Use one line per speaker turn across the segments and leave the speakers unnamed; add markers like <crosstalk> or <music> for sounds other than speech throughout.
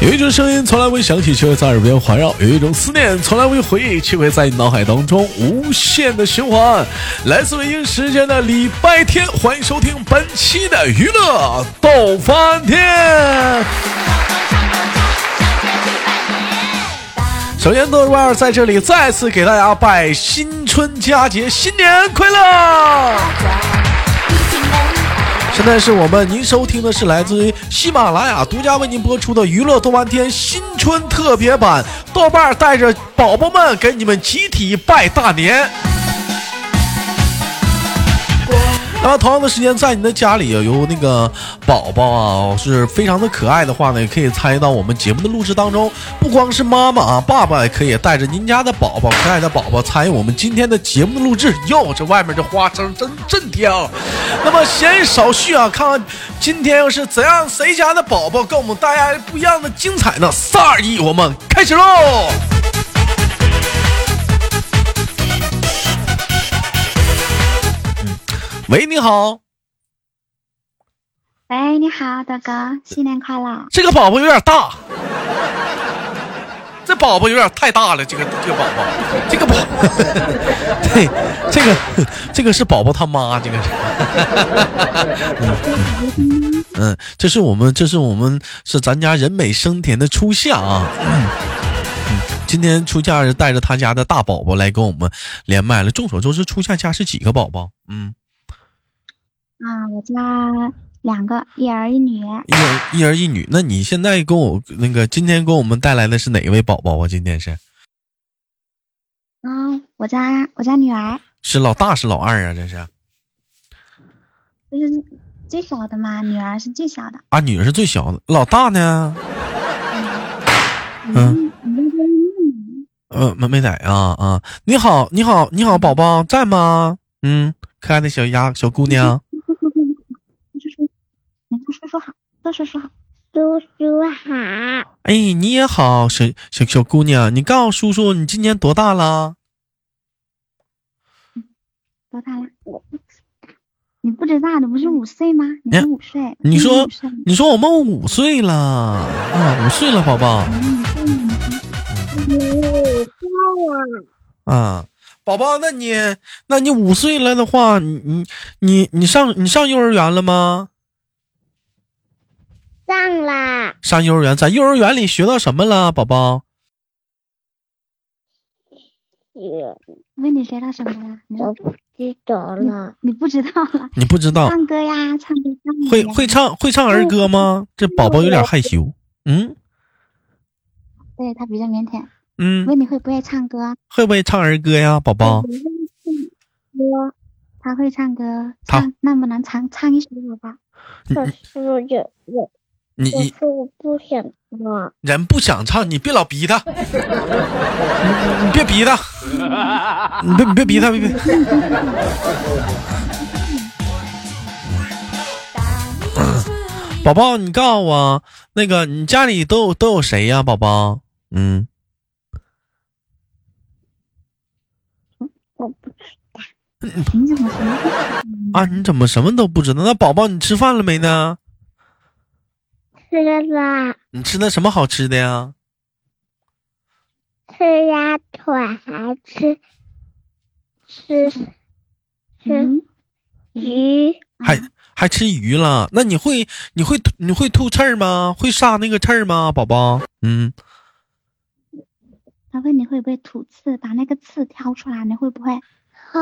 有一种声音从来未响起，却会在耳边环绕；有一种思念从来未回忆，却会在你脑海当中无限的循环。来自北京时间的礼拜天，欢迎收听本期的娱乐逗翻天。首先，豆瓣儿在这里再次给大家拜新春佳节，新年快乐！现在是我们您收听的是来自于喜马拉雅独家为您播出的娱乐豆瓣天新春特别版，豆瓣儿带着宝宝们给你们集体拜大年。那么同样的时间，在你的家里啊，有那个宝宝啊，是非常的可爱的话呢，也可以参与到我们节目的录制当中。不光是妈妈啊，爸爸也可以带着您家的宝宝、可爱的宝宝参与我们今天的节目的录制。哟，这外面这花声真震天啊！那么闲言少叙啊，看看今天又是怎样谁家的宝宝跟我们带来不一样的精彩呢？三二一，我们开始喽！喂，你好，
喂，哎你好，大哥，新年快乐！
这个宝宝有点大，这宝宝有点太大了。这个这个宝宝，这个宝， <laughs> 对，这个这个是宝宝他妈，这个是，嗯嗯，这是我们这是我们是咱家人美声甜的初夏啊。嗯嗯今天初夏是带着他家的大宝宝来跟我们连麦了。众所周知，初夏家是几个宝宝？嗯，
啊，我家两个一儿一女，
一儿一儿一女。那你现在跟我那个今天给我们带来的是哪一位宝宝啊？今天是
啊，我家我家女儿
是老大是老二啊？这是
就是最小的嘛，女儿是最小的。
啊，女儿是最小的，老大呢？
嗯，嗯，
嗯、没没在啊啊！你好，你好，你好，宝宝在吗？嗯，可爱的小丫小姑娘，
叔叔，叔叔叔好，都叔叔好，
叔叔好，
哎，你也好，小小小姑娘，你告诉叔叔你今年多大了？
多大了？你不知道，你不是五岁吗？你是五岁，
哎你
是
说
五岁，
你说我们五岁了啊，五岁了，宝宝啊，宝宝，那你那你五岁了的话，你你你你上你上幼儿园了吗？
上啦，
上幼儿园，在幼儿园里学到什么了，宝宝？
我
问你学到什么了？你说
不知道了，
你不知道了？
你不知道
唱歌呀，唱歌，唱歌
哦会
呀
会唱会唱儿歌吗？这宝宝有点害羞。嗯
对他比较腼腆。
嗯，
问你会不会唱歌？
会不会唱儿歌呀，宝宝？
我
他会唱歌，
他
唱那么难唱，唱一首给我吧。
可是我我
你
可
你
是我不想了，
人不想唱，你别老逼他，你你别逼他，你别你别逼他，别别。宝宝，你告诉我，那个你家里都有都有谁呀、宝宝，嗯，
我不知
嗯
你怎么什么都不知道
啊，你怎么什么都不知道？那宝宝，你吃饭了没呢？
吃了
你吃的什么好吃的呀？
吃鸭腿还吃吃吃
嗯，
鱼，
还还吃鱼了？那你会你会吐你会吐刺儿吗？会撒那个刺儿吗，宝宝？嗯，
他问你会不会吐刺，把那个刺挑出来，你会不会？
会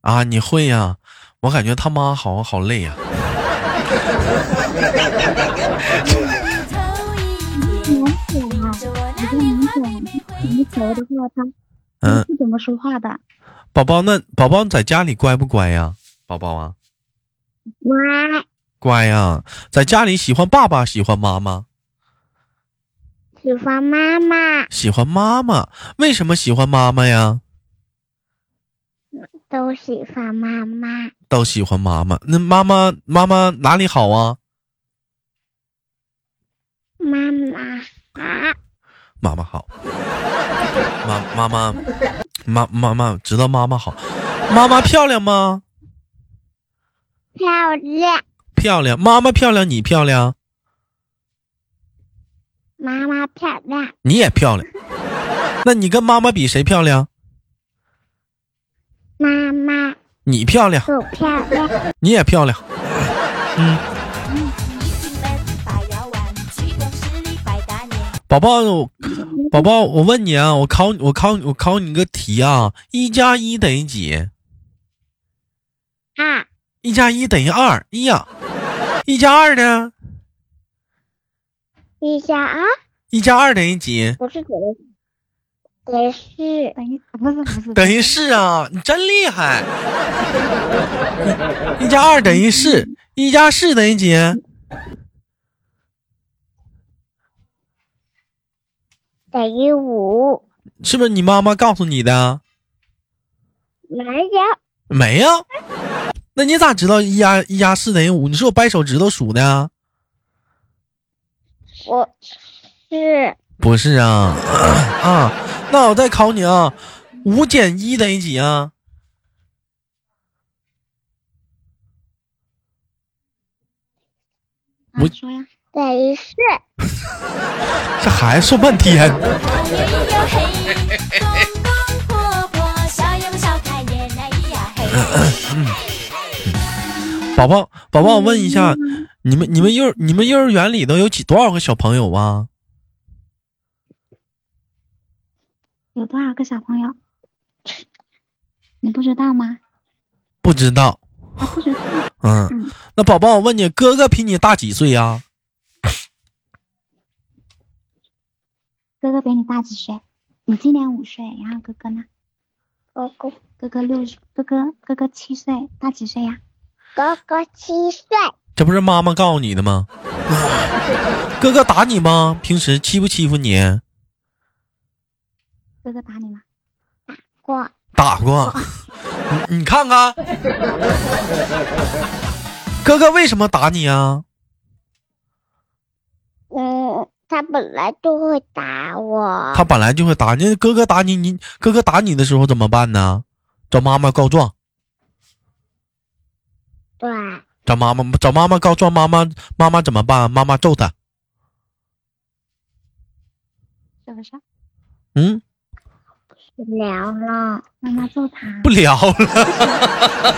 啊，你会呀、我感觉他妈好好累呀、
我懂啊，我跟啊你讲，你走的话，他他
嗯，
不啊怎么说话的。
宝宝那宝宝在家里乖不乖呀、宝宝啊，
妈
乖呀、在家里喜欢爸爸，喜欢妈妈，
喜欢妈妈，
喜欢妈妈。为什么喜欢妈妈呀？
都喜欢妈妈，
都喜欢妈妈。那妈妈妈妈哪里好啊？
妈妈啊，
妈妈好，妈妈妈妈妈妈知道妈妈好，妈妈漂亮吗？
漂亮，
漂亮，妈妈漂亮，你漂亮，
妈妈妈漂亮，
你也漂亮。那你跟妈妈比谁漂亮？
妈妈
你漂亮，
不漂亮。
你也漂亮。嗯宝宝，我宝宝，我问你啊，我考我考我考你个题啊，一加一等于几？
二
一加一等于二，一呀、一加二呢？
一加二
一加二等于几？
不是等于等于四，
等于不是不是
等于是啊，你真厉害！一加二等于四，一加四等于几？啊
等于五，
是不是你妈妈告诉你的？啊
没有
没呀、那你咋知道一加一加四等于五？你是我掰手指头数的、啊？
我是
不是啊，啊，那我再考你啊，五减一等于几啊？我
啊说呀，
等于四，
这孩子说半天，宝宝宝宝，我问一下，你们你们幼你们幼儿园里头有几多少个小朋友啊？
有多少个小朋友？你不知道吗？
不知道，
啊，不知道，
嗯，那宝宝，我问你，哥哥比你大几岁呀、
哥哥比你大几岁？你今年五岁，然后哥哥呢？
哥哥
哥哥六，哥哥哥哥七岁，大几岁呀？
哥哥七岁，
这不是妈妈告诉你的吗？哥哥打你吗？平时欺不欺负你？
哥哥打你吗？
我
打过，你你看看，哥哥为什么打你啊？
嗯，他本来就会打我，
他本来就会打你，哥哥打你，你哥哥打你的时候怎么办呢？找妈妈告状，
对，
找妈妈找妈妈告状，妈妈妈妈怎么办？妈妈揍他，
是不是？
嗯，
不聊了，
妈妈揍他
不。聊了。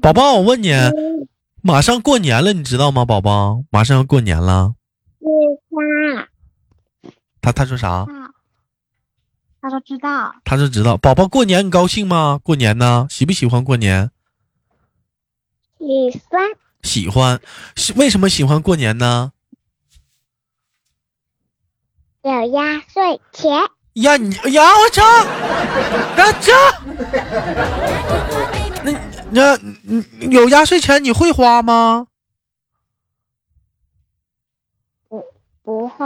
宝宝，我问你，马上过年了，你知道吗？宝宝，马上要过年了。
知道。
他他说啥？
啊，他说知道，
他就知道。宝宝过年你高兴吗？过年呢？喜不喜欢过年？
喜欢
喜欢。喜为什么喜欢过年呢？
有压岁钱，
呀你呀我操！呀这，那那你你有压岁钱你会花吗？
不会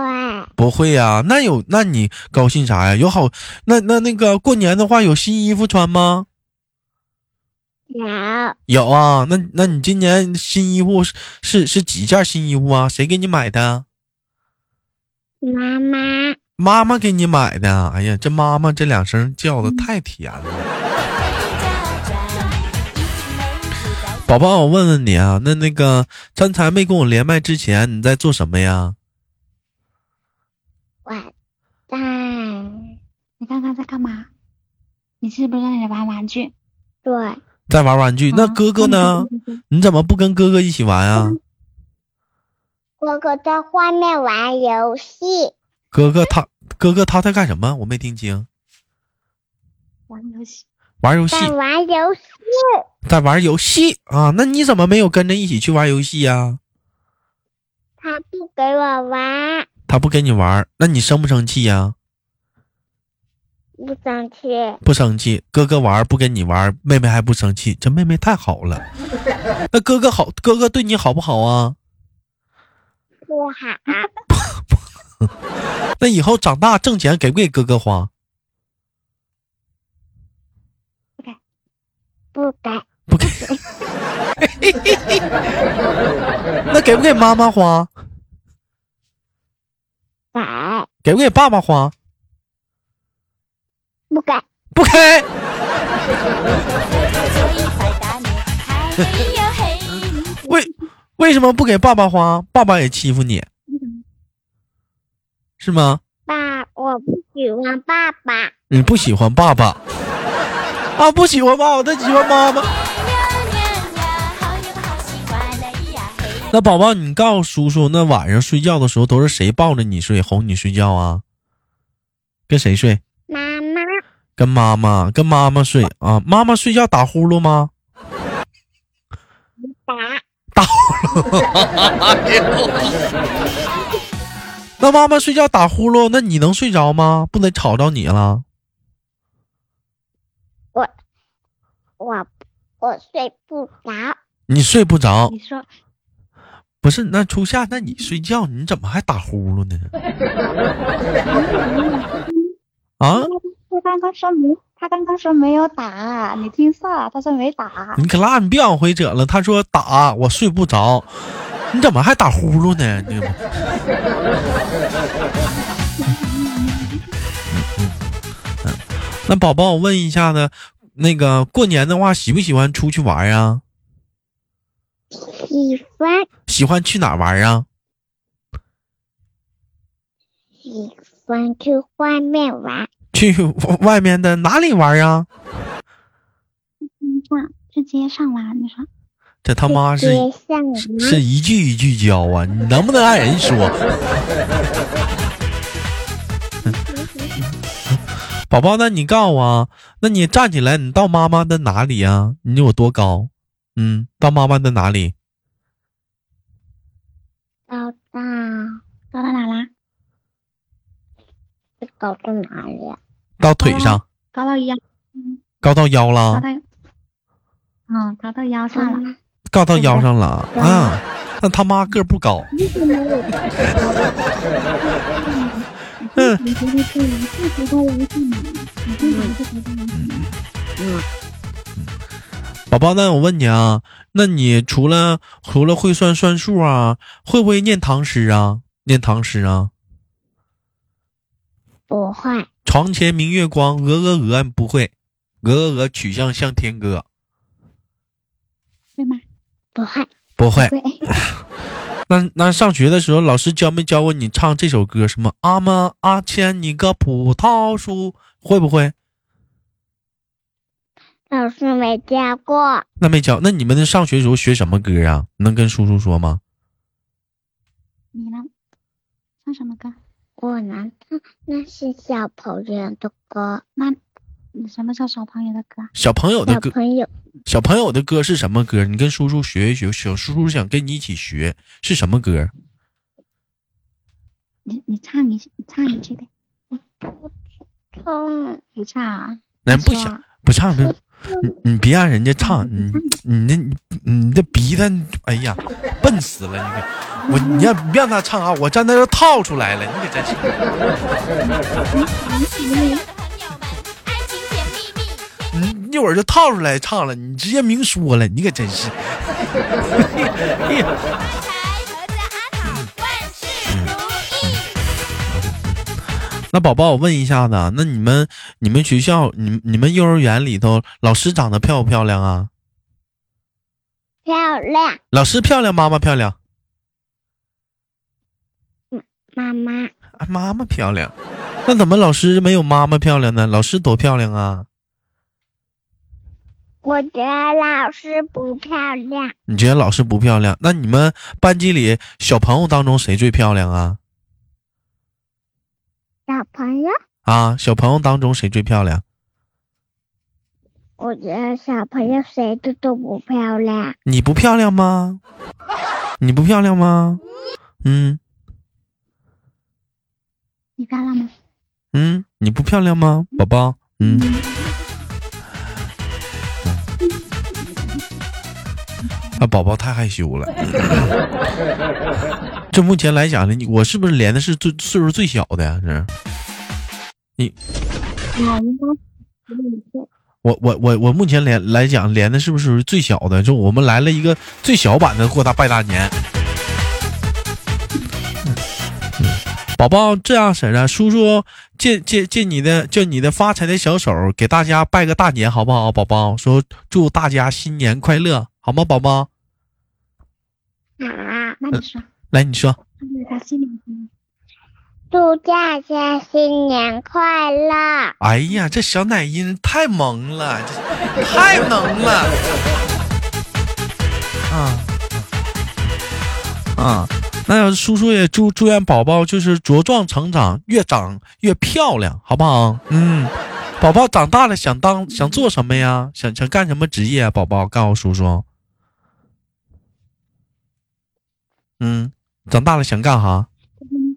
不会呀、那有那你高兴啥呀？有好那那那个过年的话有新衣服穿吗？
聊
有啊，那那你今年新衣服是是是几件新衣服啊？谁给你买的？
妈妈，
妈妈给你买的。哎呀，这妈妈这两声叫的太甜了。宝宝，我问问你啊，那那个刚才没跟我连麦之前，你在做什么呀？
我在
你刚刚在干嘛？你是不是在那里玩玩具？
对
在玩玩具。那
啊
哥哥呢？？你怎么不跟哥哥一起玩啊？
哥哥在外面玩游戏，
哥哥他哥哥他在干什么？我没听清。
玩游戏。
玩游戏，
在玩游戏，
在玩游戏啊？那你怎么没有跟着一起去玩游戏呀、
他不给我玩，
他不跟你玩，那你生不生气呀、
不生气，
不生气，哥哥玩不跟你玩，妹妹还不生气，这妹妹太好了。那哥哥好，哥哥对你好不好啊？
不好，
那以后长大挣钱给不给哥哥花？
不给，
不给。那给不给妈妈花？
给，
给不给爸爸花？
不给，
不给。为为什么不给爸爸花？爸爸也欺负你，是吗？
爸，我不喜欢爸爸。
你不喜欢爸爸啊？不喜欢爸爸，他喜欢妈妈。那宝宝，你告诉叔叔，那晚上睡觉的时候都是谁抱着你睡，哄你睡觉啊？跟谁睡？
妈妈。
跟妈妈，跟妈妈睡啊？妈妈睡觉打呼噜吗？
打。
打呼噜。那妈妈睡觉打呼噜，那你能睡着吗？不能吵着你了。
我，我，我睡不着。
你睡不着？
你说。
不是，那初夏，那你睡觉你怎么还打呼噜呢？啊？
他刚刚说没，他刚刚说没有打，你听错了，他说没打。
你可拉，你别往回扯了。他说打，我睡不着，你怎么还打呼噜呢？你嗯、那宝宝，我问一下呢，那个过年的话，喜不喜欢出去玩啊？
喜欢
喜欢去哪玩啊？
喜欢去外面玩。
去外面的哪里玩啊？嗯
上去街上玩，你说。
这他妈是是一句一句教啊！你能不能按人说？嗯宝宝，那你告诉我，那你站起来，你到妈妈的哪里啊？你有多高？嗯，到妈妈的哪里？
到到
到到哪啦？
高到哪里、啊？
到腿上。
高到腰。嗯。
高到腰了。
高到。嗯，高到腰上了。
高到腰上了、嗯、啊！那他妈个不高。
嗯。嗯。
宝宝，那我问你啊，那你除了除了会算算数啊，会不会念唐诗啊？念唐诗啊？
不会。
床前明月光，鹅鹅鹅，不会。鹅鹅鹅，曲项向天歌。
会吗？
不会。
不会。
不会
那那上学的时候，老师教没教过你唱这首歌？什么阿妈阿牵你个葡萄树，会不会？
老师没教过，
那没教。那你们上学时候学什么歌呀、啊？能跟叔叔说吗？
你呢？唱什么歌？
我能唱那是小朋友的歌。
那什么叫小朋友的歌？啊
小朋友的歌，
小朋友，
小朋友的歌是什么歌？你跟叔叔学一学，小叔叔想跟你一起学是什么歌？
你你唱一你唱一句呗。
不唱，
不唱啊？
那不想不唱不。你你别让人家唱，你你那你这鼻子，哎呀，笨死了！你看我，你让让他唱啊，我站在这套出来了，你可真是。你一会儿就套出来唱了，你直接明说了，你可真是。哎呀！那宝宝，我问一下子，那你们、你们学校、你、你们幼儿园里头，老师长得漂不漂亮啊？
漂亮。
老师漂亮，妈妈漂亮。
妈妈。
啊，妈妈漂亮。那怎么老师没有妈妈漂亮呢？老师多漂亮啊！
我觉得老师不漂亮。
你觉得老师不漂亮？那你们班级里小朋友当中谁最漂亮啊？
小朋友
啊，小朋友当中谁最漂亮？
我觉得小朋友谁的都不漂亮。
你不漂亮吗？你不漂亮吗？嗯。
你漂亮吗？
嗯，你不漂亮吗，宝宝？嗯。啊，宝宝太害羞了。这目前来讲呢，你我是不是连的是最岁数最小的呀、啊？是，你，我我我我目前连来讲连的是不是最小的？就我们来了一个最小版的过大拜大年。嗯嗯、宝宝这样式的，叔叔借借借你的借你的发财的小手，给大家拜个大年好不好？宝宝说祝大家新年快乐。好吗，宝宝？
啊，
那你说，
来，你说，
祝他新年快乐。
祝大家新年快乐！
哎呀，这小奶音太萌了，这太萌了。啊啊，那叔叔也祝祝愿宝宝就是茁壮成长，越长越漂亮，好不好？嗯，宝宝长大了想当想做什么呀？想想干什么职业啊？宝宝告诉叔叔。嗯，长大了想干哈？
嗯，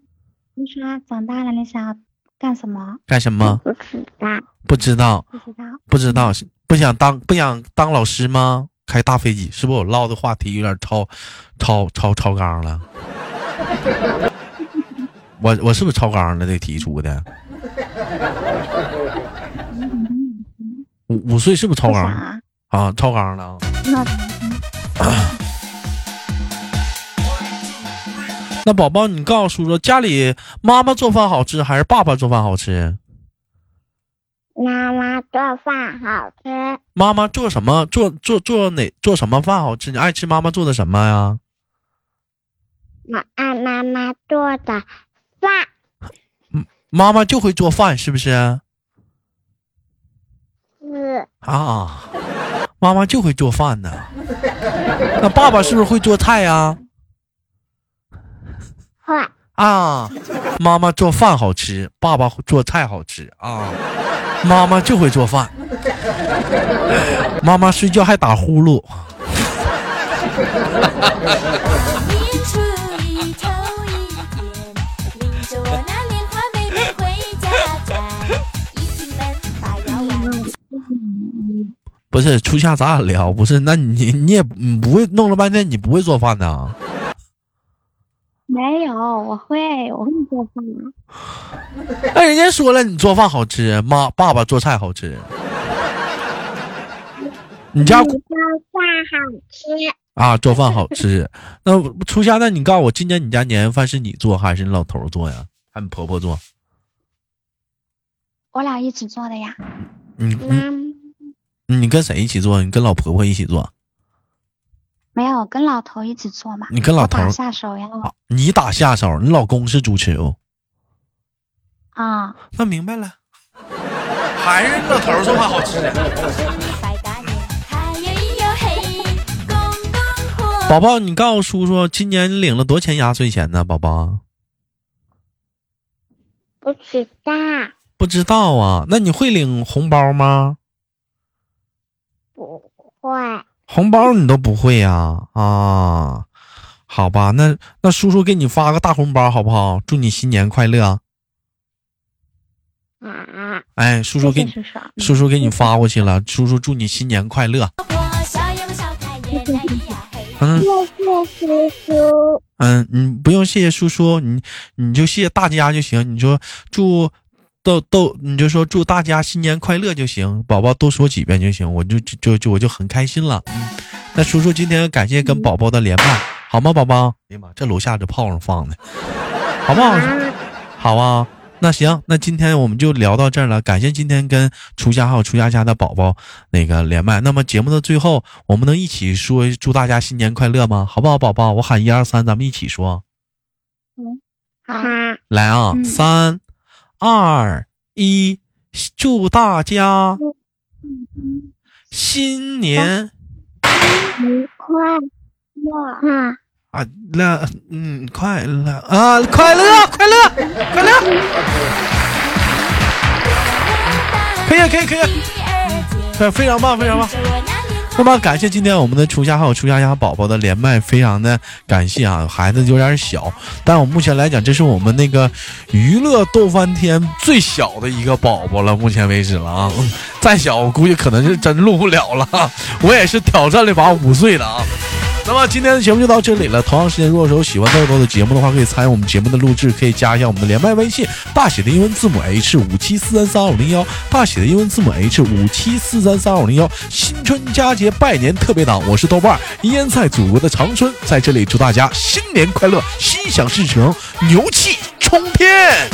你说啊长大了你想干什么？
干什么？
不知道，
不知道。
不知道。
不知道，不想当不想当老师吗？开大飞机，是不是我唠的话题有点超，超超超纲了？我我是不是超纲了？这题出的，五五岁是不是超
嗯不
纲
想啊？
啊？超纲了啊。
那
<coughs> 那宝宝，你告诉叔叔，家里妈妈做饭好吃还是爸爸做饭好吃？
妈妈做饭好吃，
妈妈做什么做做做哪做什么饭好吃？你爱吃妈妈做的什么呀？
我爱妈妈做的饭。
妈妈就会做饭，是不是？
是
啊，妈妈就会做饭呢。那爸爸是不是会做菜啊呀、
坏，
啊？妈妈做饭好吃，爸爸做菜好吃啊。妈妈就会做饭，妈妈睡觉还打呼噜。
一出一头一天，领着我那莲花妹妹回家宅，一进门把摇碗。
不是初夏，咱俩聊不是？那你你也你不会弄了半天，你不会做饭呢？
没有，我会，我会做饭。
那哎人家说了，你做饭好吃，妈爸爸做菜好吃。你家
你做饭好吃，
啊，做饭好吃。那初夏，那你告诉我，今年你家年夜饭是你做还是你老头儿做呀？还是你婆婆做？
我俩一起做的呀。
你你
妈
你跟谁一起做？你跟老婆婆一起做？
没有，跟老头一起做嘛。
你跟老头
打
儿？
下手呀。
啊你打下手，你老公是主持哦。
啊、
那明白了， <laughs> 还是老头儿做饭好吃。
百大年，太阳又黑，公公婆
宝宝，你告诉叔叔，今年你领了多少钱压岁钱呢？宝宝
不知道，
不知道啊。那你会领红包吗？
不会，
红包你都不会呀、啊？好吧，那那叔叔给你发个大红包好不好？祝你新年快乐！
啊，
哎，叔叔
谢
给
谢
你
叔叔。
叔叔给你发过去了，叔叔祝你新年快乐。
婆，小呀么小，太爷来咿呀嘿。
嗯
谢谢叔叔，
嗯，你不用谢谢叔叔，你你就谢谢大家就行。你说祝豆豆，你就说祝大家新年快乐就行。宝宝多说几遍就行，我就就就就我就很开心了。嗯，那叔叔今天感谢跟宝宝的连麦，好吗？宝宝，哎呀妈，这楼下这炮上放的，好不好？
啊，
好啊，那行，那今天我们就聊到这儿了。感谢今天跟楚家还有楚家家的宝宝那个连麦。那么节目的最后，我们能一起说祝大家新年快乐吗？好不好，宝宝？我喊一二三，咱们一起说。
好，
好，
来啊，
嗯
三二一，祝大家新年
嗯
愉快乐啊。
啊乐，嗯，快乐啊，快乐，快乐，快乐。可以，啊可以，可以。
第二天，
对，嗯非常棒，非常棒。
着我那莲花
那么感谢今天我们的厨家还有厨家家宝宝的连麦，非常的感谢啊！孩子有点小，但我目前来讲，这是我们那个娱乐逗翻天最小的一个宝宝了，目前为止了啊！ <laughs> 嗯再小我估计可能是真录不了了啊。我也是挑战了一把五岁了啊！那么今天的节目就到这里了。同样时间，如果说有喜欢豆豆的节目的话，可以参与我们节目的录制，可以加一下我们的连麦微信，大写的英文字母 H 五七四三三二五零幺，大写的英文字母 H 五七四三三二五零幺。新春佳节拜年特别档，我是豆瓣儿，依然在祖国的长春，在这里祝大家新年快乐，心想事成，牛气冲天。